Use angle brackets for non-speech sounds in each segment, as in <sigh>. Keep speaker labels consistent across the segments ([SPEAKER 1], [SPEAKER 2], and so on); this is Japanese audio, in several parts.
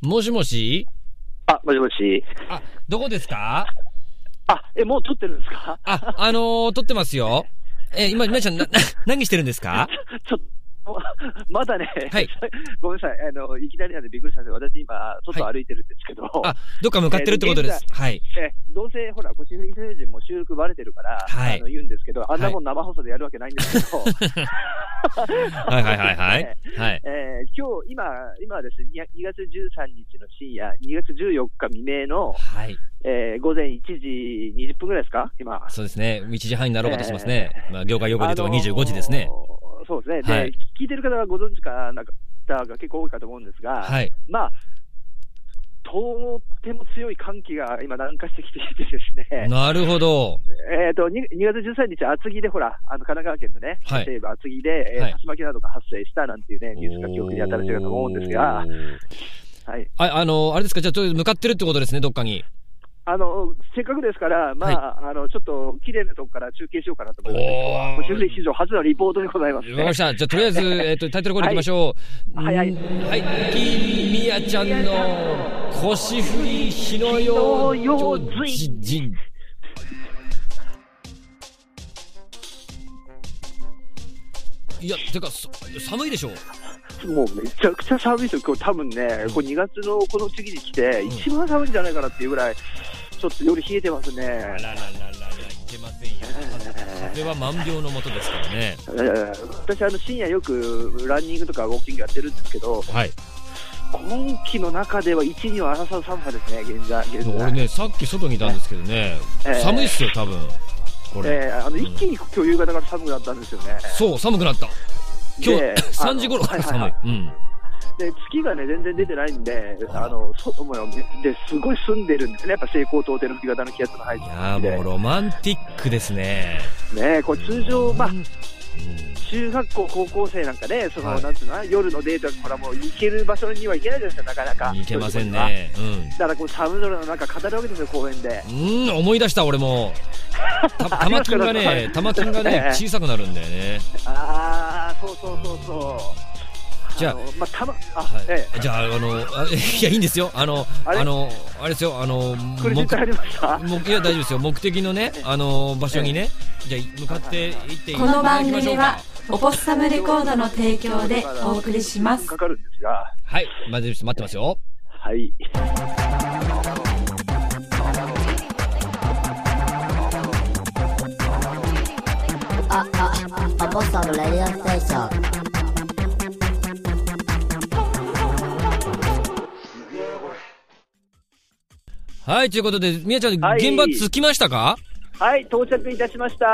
[SPEAKER 1] もしもし
[SPEAKER 2] あ、もしもし。
[SPEAKER 1] あ、どこですか
[SPEAKER 2] あ、え、もう撮ってるんですか <laughs>
[SPEAKER 1] あ、あのー、撮ってますよ。え、今、今ちゃん、な、な何してるんですか
[SPEAKER 2] ちょっと。 <laughs> まだね、
[SPEAKER 1] はい
[SPEAKER 2] ごめんなさいあの、いきなりなんでびっくりしたんですけど、私、今、外歩いてるんですけど、 <laughs>
[SPEAKER 1] あ、どっか向かってるってことです。はい。
[SPEAKER 2] えどうせほら、こっちの伊勢人も収録バレてるから、
[SPEAKER 1] はい
[SPEAKER 2] あの言うんですけど、あんなもん生放送でやるわけないんで
[SPEAKER 1] <laughs>
[SPEAKER 2] すけど、
[SPEAKER 1] はいはいはいは
[SPEAKER 2] ね
[SPEAKER 1] い。はい。
[SPEAKER 2] えー今日今、今はですね、2月13日の深夜、2月14日未明の、
[SPEAKER 1] はい。
[SPEAKER 2] えー午前1時20分ぐらいですか、今。
[SPEAKER 1] そうですね。1時半になろうかとしてますね。まあ、業界用語で言うと25時ですね。
[SPEAKER 2] あのー。そうですね、で
[SPEAKER 1] はい
[SPEAKER 2] 聞いてる方はご存知かな方が結構多いかと思うんですが、
[SPEAKER 1] はい。
[SPEAKER 2] まあ、とても強い寒気が今、南下してきていてですね。
[SPEAKER 1] なるほど。
[SPEAKER 2] えー、と 2, 月13日、厚木でほら、あの神奈川県のね、
[SPEAKER 1] はい
[SPEAKER 2] 西部厚木で、えー
[SPEAKER 1] はい
[SPEAKER 2] 竜巻などが発生したなんていうね、ニュースが記憶に新しいかと思うんですが
[SPEAKER 1] お、ー。
[SPEAKER 2] はい、
[SPEAKER 1] あ、あのー、あれですか、じゃあ、とりあえず向かってるってことですね、どっかに。
[SPEAKER 2] あのせっかくですから、まああのちょっと綺麗なとこから中継しようかなと思います
[SPEAKER 1] おー
[SPEAKER 2] 今日は。主人史上初のリポートでございます
[SPEAKER 1] わかりま
[SPEAKER 2] ね
[SPEAKER 1] し。た。じゃあ、とりあえず、えっと、タイトルコールいきましょう。
[SPEAKER 2] はいはい
[SPEAKER 1] うんはい。きみやちゃんの腰振り日の用
[SPEAKER 2] 日の用水
[SPEAKER 1] 人。いや、てか、そ寒いでしょ
[SPEAKER 2] もうめちゃくちゃ寒いですよ、今日多分ね、こう2月のこの次に来て、一番寒いんじゃないかなっていうぐらい、ちょっと夜冷えてます
[SPEAKER 1] あ
[SPEAKER 2] ね。
[SPEAKER 1] ららららら、いけませんよ。風は万病のもとですからね。
[SPEAKER 2] えー私、あの深夜よくランニングとかウォーキングやってるんですけど、
[SPEAKER 1] はい。
[SPEAKER 2] 今季の中では一二を争う寒さですね、現在。現在
[SPEAKER 1] 俺ね、さっき外にいたんですけどね、
[SPEAKER 2] ええ
[SPEAKER 1] 寒いっすよ、多分。これ。
[SPEAKER 2] えーあの一気に今日夕方から寒くなったんですよね。
[SPEAKER 1] そう、寒くなった。今日
[SPEAKER 2] で
[SPEAKER 1] 3時頃から寒
[SPEAKER 2] あのはいは。
[SPEAKER 1] うん。
[SPEAKER 2] いで、月がね、全然出てないんで、
[SPEAKER 1] あ
[SPEAKER 2] あの、外もよで、すごい澄んでるんですね。やっぱ西高東低の冬型の気圧が入っ
[SPEAKER 1] い
[SPEAKER 2] て
[SPEAKER 1] やー
[SPEAKER 2] きて
[SPEAKER 1] もうロマンティックですね。
[SPEAKER 2] ね、こう通常、まあ
[SPEAKER 1] う、ん
[SPEAKER 2] 中学校、高校生なんかね、その、
[SPEAKER 1] はい
[SPEAKER 2] なんていうのかな、夜のデートは、ほらもう行ける場所には行けないじゃないですか、なかなか。
[SPEAKER 1] いけません。ね。
[SPEAKER 2] だからこう寒空の中、語るわけですよ、公園で。
[SPEAKER 1] うん。うん、思い出した、俺も。
[SPEAKER 2] <laughs>
[SPEAKER 1] た
[SPEAKER 2] あり
[SPEAKER 1] 玉
[SPEAKER 2] ます
[SPEAKER 1] 金
[SPEAKER 2] か
[SPEAKER 1] が
[SPEAKER 2] は
[SPEAKER 1] ね
[SPEAKER 2] い、
[SPEAKER 1] 玉金がね
[SPEAKER 2] え、え
[SPEAKER 1] 小さくなるんだよね。
[SPEAKER 2] あー、そうそうそうそう。
[SPEAKER 1] じゃあ
[SPEAKER 2] の、まあ、たま、あ、
[SPEAKER 1] はい
[SPEAKER 2] ええ。
[SPEAKER 1] じゃあ、あの、あ <laughs> いや、いいんですよ。あの、
[SPEAKER 2] あれ
[SPEAKER 1] あの、あれですよ、あの、
[SPEAKER 2] クレジット入りました
[SPEAKER 1] 目いや大丈夫ですよ目的のね
[SPEAKER 2] ええ
[SPEAKER 1] あの場所にね、じゃあ向かって行ってい
[SPEAKER 3] この番
[SPEAKER 1] 行きましょ
[SPEAKER 3] 組
[SPEAKER 1] うか
[SPEAKER 3] はオポッサムレコードの提供でお送りします
[SPEAKER 2] かかるんですが、
[SPEAKER 1] はいまず待ってますよ
[SPEAKER 2] はい。
[SPEAKER 4] あ、あ、アポストのレディオステーション。
[SPEAKER 1] はいということでみやちゃん、
[SPEAKER 2] はい
[SPEAKER 1] 現場着きましたか
[SPEAKER 2] はい、到着いたしました。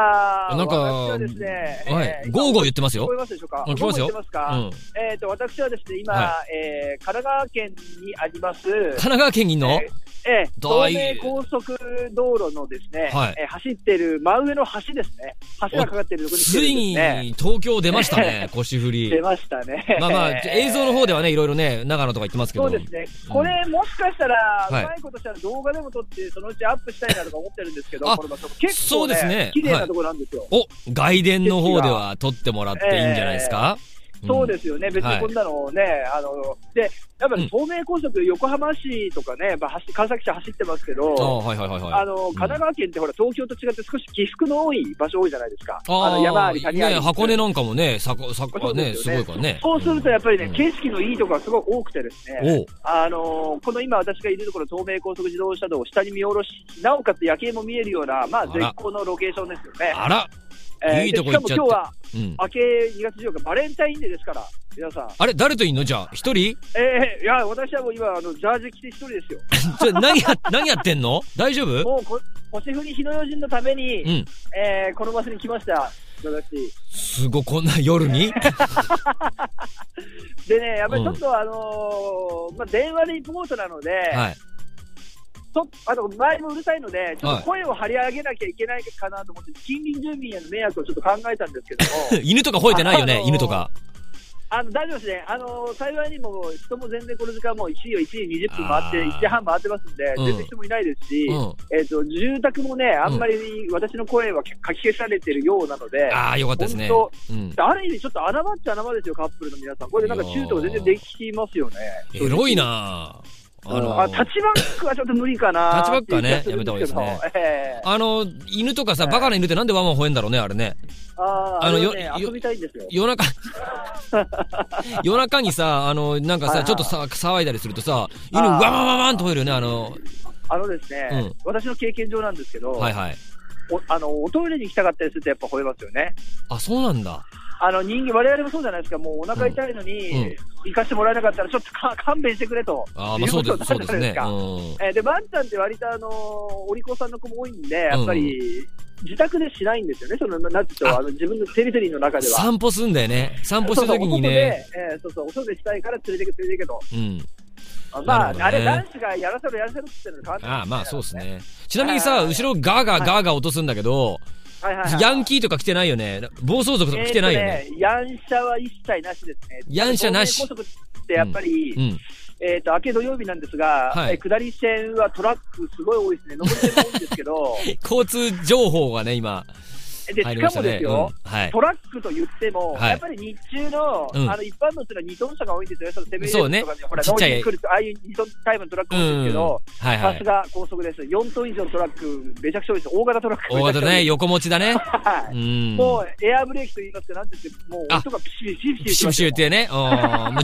[SPEAKER 1] なんか
[SPEAKER 2] 私はですね、
[SPEAKER 1] はい
[SPEAKER 2] え
[SPEAKER 1] ゴーゴー言ってますよ
[SPEAKER 2] 聞こえますでしょうか。
[SPEAKER 1] うん聞こえますよ
[SPEAKER 2] ゴーゴー言ってますか。
[SPEAKER 1] うん
[SPEAKER 2] えっ、と、私はですね、今、
[SPEAKER 1] は
[SPEAKER 2] えー神奈川県にあります、
[SPEAKER 1] 神奈川県にいんの、
[SPEAKER 2] えーえー
[SPEAKER 1] どう
[SPEAKER 2] 東
[SPEAKER 1] い
[SPEAKER 2] 名高速道路のですね、
[SPEAKER 1] はい
[SPEAKER 2] えー走ってる真上の橋ですね。橋がかかってるところに来て
[SPEAKER 1] つ
[SPEAKER 2] る
[SPEAKER 1] い
[SPEAKER 2] んです
[SPEAKER 1] に
[SPEAKER 2] ね。
[SPEAKER 1] 東京出ました
[SPEAKER 2] <laughs>
[SPEAKER 1] ね腰振
[SPEAKER 2] 出
[SPEAKER 1] り
[SPEAKER 2] ましたね。
[SPEAKER 1] まあまあ映像の方ではねいろいろね長野とか言ってますけど
[SPEAKER 2] そうですね
[SPEAKER 1] う、ん
[SPEAKER 2] これ、もしかしたら、う
[SPEAKER 1] はい
[SPEAKER 2] まいことしたら動画でも撮って、そのうちアップしたいなとか思ってるんですけど、
[SPEAKER 1] あ
[SPEAKER 2] この場所も結
[SPEAKER 1] そう
[SPEAKER 2] 構、
[SPEAKER 1] ですね
[SPEAKER 2] ね、綺麗なところなんですよ、
[SPEAKER 1] お外伝の方では撮ってもらっていいんじゃないですか、
[SPEAKER 2] そう
[SPEAKER 1] す
[SPEAKER 2] ですよね、別
[SPEAKER 1] は
[SPEAKER 2] に
[SPEAKER 1] い
[SPEAKER 2] こんなのね、あのでやっぱ
[SPEAKER 1] う
[SPEAKER 2] り
[SPEAKER 1] ん
[SPEAKER 2] 東名高速、横浜市とかね、まあ、走川崎市走ってますけ
[SPEAKER 1] あ
[SPEAKER 2] ど、
[SPEAKER 1] はいはいはいはい
[SPEAKER 2] あの神奈川県ってほら、東京と違って、少し起伏の多い場所多いじゃないですか、
[SPEAKER 1] あ
[SPEAKER 2] の
[SPEAKER 1] ー
[SPEAKER 2] 山あり谷あり、
[SPEAKER 1] ね、箱根なんかもね、さこ、さ
[SPEAKER 2] そ
[SPEAKER 1] こ、
[SPEAKER 2] うで
[SPEAKER 1] ね、
[SPEAKER 2] す
[SPEAKER 1] す
[SPEAKER 2] よ
[SPEAKER 1] ご
[SPEAKER 2] ね
[SPEAKER 1] いからね。
[SPEAKER 2] そうするとやっぱりね、
[SPEAKER 1] うん
[SPEAKER 2] 景色のいいところがすごい多くてですね。
[SPEAKER 1] おう
[SPEAKER 2] あのーこの今、私がいるところ、東名高速自動車道を下に見下ろし、なおかつ夜景も見えるような、まあ、
[SPEAKER 1] ら
[SPEAKER 2] 絶好のロケーションですよね。
[SPEAKER 1] あら、
[SPEAKER 2] えー
[SPEAKER 1] いいとこ行っちゃった
[SPEAKER 2] でしかも今日は
[SPEAKER 1] うん。
[SPEAKER 2] 明け2月14日、バレンタインデーですから、皆さん、
[SPEAKER 1] あれ、誰といんのじゃあ、一人 <laughs>
[SPEAKER 2] えーいや、私はもう今、あのジャージ着て一人ですよ、
[SPEAKER 1] ちょ何や、何やってんの大丈夫
[SPEAKER 2] もうこ腰振り日の用心のために、
[SPEAKER 1] うん。
[SPEAKER 2] えーこの場所に来ました、私。
[SPEAKER 1] すごい、こんな夜に
[SPEAKER 2] でね、やっぱりちょっと、あのーまあ、電話リポートなので、
[SPEAKER 1] はい。 <laughs>
[SPEAKER 2] ちょっとあと周りもうるさいので、ちょっと声を張り上げなきゃいけないかな
[SPEAKER 1] <laughs>
[SPEAKER 2] と思って、近隣住民への迷惑をちょっと考えたんですけども。
[SPEAKER 1] 犬とか吠えてないよ
[SPEAKER 2] あ
[SPEAKER 1] ね
[SPEAKER 2] の、ー
[SPEAKER 1] 犬とか。
[SPEAKER 2] あの大丈夫ですね、あの幸いにも人も全然この時間、もう1時を1時20分回って、
[SPEAKER 1] あー
[SPEAKER 2] 1時半回ってますんで、
[SPEAKER 1] うん
[SPEAKER 2] 全然人もいないですし、
[SPEAKER 1] うん
[SPEAKER 2] えっと住宅もね、あんまり私の声はかき消されてるようなので、
[SPEAKER 1] ああ、よかったですね。
[SPEAKER 2] 本
[SPEAKER 1] うん。
[SPEAKER 2] ある意味、ちょっと穴場っちゃ穴場ですよ、カップルの皆さん、これでなんか中東全然できますよね。
[SPEAKER 1] エロいなあ
[SPEAKER 2] あ
[SPEAKER 1] の
[SPEAKER 2] のあ、タッチバックはちょっと無理かな。
[SPEAKER 1] <laughs> タッチバックはね
[SPEAKER 2] ってう気がる
[SPEAKER 1] やめ
[SPEAKER 2] んけど
[SPEAKER 1] た方がいい
[SPEAKER 2] ええ
[SPEAKER 1] あの、犬とかさ、バカな犬ってなんでワンワン吠えんだろうね、あれね。
[SPEAKER 2] あー
[SPEAKER 1] あ
[SPEAKER 2] あ
[SPEAKER 1] の
[SPEAKER 2] の、
[SPEAKER 1] よ
[SPEAKER 2] ね、
[SPEAKER 1] よ
[SPEAKER 2] 遊びたいんですよ。
[SPEAKER 1] 夜
[SPEAKER 2] <laughs>
[SPEAKER 1] 中、夜中にさ、あの、なんか
[SPEAKER 2] はい
[SPEAKER 1] さ、
[SPEAKER 2] はい
[SPEAKER 1] ちょっとさ、騒いだりするとさ、犬
[SPEAKER 2] あー
[SPEAKER 1] ワンワンワンワンと吠えるよね、あの、
[SPEAKER 2] あのですね、
[SPEAKER 1] うん
[SPEAKER 2] 私の経験上なんですけど、
[SPEAKER 1] はいはい。
[SPEAKER 2] おあのおトイレに行きたかったりするとやっぱ吠えますよね。
[SPEAKER 1] あ、そうなんだ。
[SPEAKER 2] あの人間、我々もそうじゃないですか、もうお腹痛いのに、
[SPEAKER 1] うんうん
[SPEAKER 2] 行かしてもらえなかったら、ちょっとか勘弁してくれと。
[SPEAKER 1] あーまあそうです、
[SPEAKER 2] い
[SPEAKER 1] そう
[SPEAKER 2] こ
[SPEAKER 1] です
[SPEAKER 2] とになるじゃない
[SPEAKER 1] ね。
[SPEAKER 2] か
[SPEAKER 1] うん。
[SPEAKER 2] えーで、ワンちゃんって割と、あのーお利口さんの子も多いんで、やっぱり、自宅でしないんですよね、その、ななんていう
[SPEAKER 1] あ
[SPEAKER 2] と、あの自分のテリトリーの中では。
[SPEAKER 1] 散歩すんだよね。散歩した時にね。
[SPEAKER 2] そうそうお外でえーそうそう、お外でしたいから連れてけ、連れてけと。
[SPEAKER 1] うん。
[SPEAKER 2] あま
[SPEAKER 1] なるほ
[SPEAKER 2] あ、
[SPEAKER 1] どね
[SPEAKER 2] あれ、男子がやらせろ、やらせろって言ってるの変わ
[SPEAKER 1] あ
[SPEAKER 2] っ
[SPEAKER 1] あ、
[SPEAKER 2] て
[SPEAKER 1] まあそうです。ね。ちなみに
[SPEAKER 2] は
[SPEAKER 1] さ、
[SPEAKER 2] い
[SPEAKER 1] 後ろガーガーガーガー落とすんだけど、
[SPEAKER 2] はいはいはい、
[SPEAKER 1] ヤンキーとか来てないよね。暴走族とか来てないよね。
[SPEAKER 2] えーとねヤンシャは一切なしですね。
[SPEAKER 1] ヤンシャなし
[SPEAKER 2] 東名高速ってやっぱり、
[SPEAKER 1] うん。
[SPEAKER 2] えっ、と、明け土曜日なんですが、
[SPEAKER 1] はい
[SPEAKER 2] えー下り線はトラックすごい多いですね。上り線も多いんですけ
[SPEAKER 1] <laughs>
[SPEAKER 2] ど、
[SPEAKER 1] 交通情報がね、今、
[SPEAKER 2] で、
[SPEAKER 1] 入
[SPEAKER 2] し
[SPEAKER 1] りま
[SPEAKER 2] か
[SPEAKER 1] した
[SPEAKER 2] もで
[SPEAKER 1] ね。
[SPEAKER 2] す
[SPEAKER 1] うん
[SPEAKER 2] よ、。
[SPEAKER 1] はい。
[SPEAKER 2] トラックと言っても、
[SPEAKER 1] はい
[SPEAKER 2] やっぱり日中の、
[SPEAKER 1] うん
[SPEAKER 2] あの一般の人は2トン車が多いんですよ、そのセブンイレ
[SPEAKER 1] そう
[SPEAKER 2] ブ
[SPEAKER 1] ね
[SPEAKER 2] ンとかで、ほら、
[SPEAKER 1] ちっちゃい
[SPEAKER 2] 農園に来ると、ああいう2トンタイプのトラック多いんですけど、
[SPEAKER 1] はいは
[SPEAKER 2] さす
[SPEAKER 1] い。
[SPEAKER 2] が高速です、4トン以上のトラック、めちゃくちゃ多いです、大型トラック
[SPEAKER 1] 大型ね、
[SPEAKER 2] めちゃくち
[SPEAKER 1] 横持ちだね。
[SPEAKER 2] ゃ多い <laughs> はい
[SPEAKER 1] うん。
[SPEAKER 2] もうエアブレーキと言いますか、なんて言って、もう
[SPEAKER 1] あ
[SPEAKER 2] 音がピシピシ
[SPEAKER 1] ピ
[SPEAKER 2] ピシ
[SPEAKER 1] シ
[SPEAKER 2] ピ
[SPEAKER 1] ピシ
[SPEAKER 2] シ
[SPEAKER 1] 言ってね。うん。もう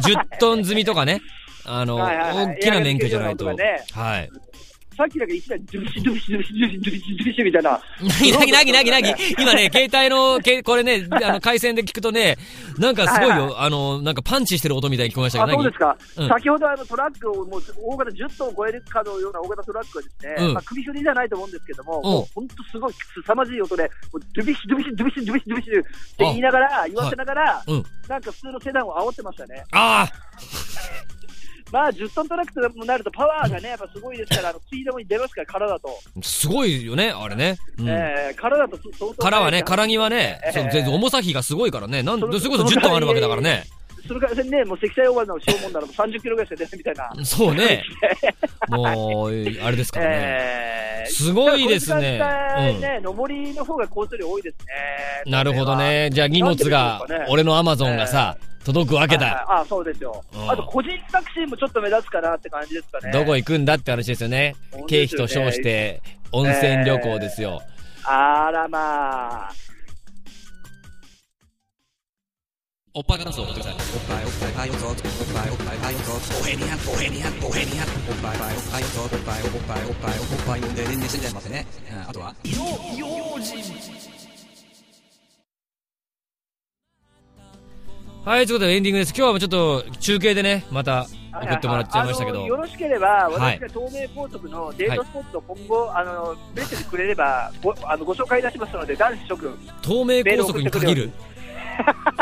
[SPEAKER 1] 10ト
[SPEAKER 2] <laughs>
[SPEAKER 1] ン積みとかね。あの、
[SPEAKER 2] はいはいはい
[SPEAKER 1] 大きな免許じゃないと。
[SPEAKER 2] エア
[SPEAKER 1] は
[SPEAKER 2] ガンつけるような音
[SPEAKER 1] い。
[SPEAKER 2] さっきだけ一台、ドゥビシドゥビシドゥビシドゥビシドゥビシドゥビシみたいな、
[SPEAKER 1] なぎなぎなぎなぎなぎ。今ね、携帯の、けこれね、あの、回線で聞くとね、なんかすごい
[SPEAKER 2] はいは
[SPEAKER 1] よ、あの、なんかパンチしてる音みたいに聞こえました
[SPEAKER 2] あ
[SPEAKER 1] けど、
[SPEAKER 2] そう
[SPEAKER 1] な
[SPEAKER 2] で
[SPEAKER 1] ぎ
[SPEAKER 2] すか、
[SPEAKER 1] うん
[SPEAKER 2] 先ほどあのトラックをもう大型10トンを超えるかのような大型トラックはですね、
[SPEAKER 1] うん
[SPEAKER 2] まあ、首振りじゃないと思うんですけども、
[SPEAKER 1] おう
[SPEAKER 2] もう本当すごい凄まじい音で、もうドゥビシドゥビシドゥビシドゥビシドゥビシって言いながら、言わせながら、
[SPEAKER 1] うん。
[SPEAKER 2] なんか普通のセダンを煽ってましたね。
[SPEAKER 1] あ
[SPEAKER 2] まあ10トントラックとなるとパワーがね、やっぱすごいですから、あのスピードも出ますから、殻だと。
[SPEAKER 1] あすごいよね、あれね。うん。
[SPEAKER 2] えー、殻だと相当。
[SPEAKER 1] 殻はね、殻にはね、
[SPEAKER 2] ええ
[SPEAKER 1] そう全然重さ比がすごいからね、なん
[SPEAKER 2] その
[SPEAKER 1] それこそ10トンあるわけだからね。
[SPEAKER 2] それからね、もう積載オーバーの小問ならもう30キロぐらいしか出ないみたいな。
[SPEAKER 1] そうね。もう、あれですからね。
[SPEAKER 2] えー
[SPEAKER 1] すごいですね
[SPEAKER 2] ただこの時間帯ね、上りの方が交通量多いですね。
[SPEAKER 1] なるほどね。じゃあ荷物が
[SPEAKER 2] なんででしょうかね、
[SPEAKER 1] 俺のアマゾンがさ、届くわけ
[SPEAKER 2] はいはい
[SPEAKER 1] だ。
[SPEAKER 2] あ、そうですよ
[SPEAKER 1] う。ん
[SPEAKER 2] あと、個人タクシーもちょっと目立つかなって感じですかね。
[SPEAKER 1] どこ行くんだって話ですよね
[SPEAKER 2] 本。当
[SPEAKER 1] 経費
[SPEAKER 2] ですよ
[SPEAKER 1] と
[SPEAKER 2] ね
[SPEAKER 1] 称して、温泉旅行ですよ。
[SPEAKER 2] あらまあ。
[SPEAKER 1] おっぱいからそう、おっぱい、おっぱい、おっぱい、おっぱい、おっぱい、おっぱい、おっぱい、おっぱい、おっぱい、おっぱい、おっぱい、おっぱい、おっぱい、おっぱい、おっぱい、おっぱい、おっぱい、おっぱい、おっぱい、おっぱい、おっぱい、はい、ということでエンディングです。今日はもうちょっと中継でね、また送ってもらっちゃいましたけ
[SPEAKER 2] あの
[SPEAKER 1] ど。
[SPEAKER 2] よろしければ、
[SPEAKER 1] はい
[SPEAKER 2] 私が東名高速のデートスポットを今後、あの、メッセージくれれば、ご、あの、ご紹介いたしますので、男子諸君。
[SPEAKER 1] 東名高速に限る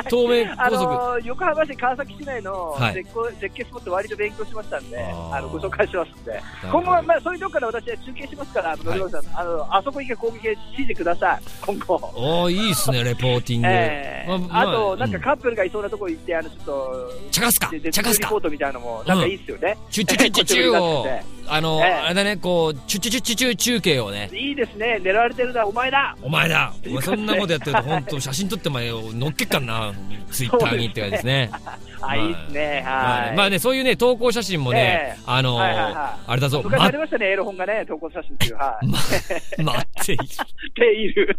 [SPEAKER 1] 東名
[SPEAKER 2] あ
[SPEAKER 1] 高速。
[SPEAKER 2] の横浜市川崎市内の
[SPEAKER 1] はい
[SPEAKER 2] 絶好、絶景スポット、割と勉強しましたんで、
[SPEAKER 1] あー
[SPEAKER 2] あのご紹介しますんで、
[SPEAKER 1] ほど
[SPEAKER 2] 今後は、まあ、そういうとこから私は中継しますから、あの
[SPEAKER 1] はい
[SPEAKER 2] 乗り物さんあのあそこ行け、攻撃指示ください、今後。
[SPEAKER 1] おーいいっすね、レポーティング。
[SPEAKER 2] えー
[SPEAKER 1] ま
[SPEAKER 2] あと、なんか
[SPEAKER 1] う
[SPEAKER 2] カップルがいそうなとこ行って、あのちょっと、
[SPEAKER 1] 茶化すか
[SPEAKER 2] で
[SPEAKER 1] 茶化す
[SPEAKER 2] リ
[SPEAKER 1] か
[SPEAKER 2] ポートみたいなのも、なんかいいっすよね、
[SPEAKER 1] チュチュチュチュチュを
[SPEAKER 2] こっちに立って、
[SPEAKER 1] あの、
[SPEAKER 2] ええ
[SPEAKER 1] あれだね、こう、チュチュチュチュチュ中継をね、
[SPEAKER 2] いいですね、狙われてるのはお前だ、
[SPEAKER 1] お前だ、お前そんなことやってると、本当写真撮って前を乗っけっからな、ツイッターにって感じですね。
[SPEAKER 2] あ、いいっすね、
[SPEAKER 1] まあ
[SPEAKER 2] は
[SPEAKER 1] ね
[SPEAKER 2] い。
[SPEAKER 1] まあね、そういうね、投稿写真もね
[SPEAKER 2] ええ、
[SPEAKER 1] あの
[SPEAKER 2] はいはいはい
[SPEAKER 1] あれだぞ、
[SPEAKER 2] 昔あ
[SPEAKER 1] 待
[SPEAKER 2] <laughs> りましたね、エロ本がね、投稿写真っていう、はい。
[SPEAKER 1] ま待っている。
[SPEAKER 2] っている。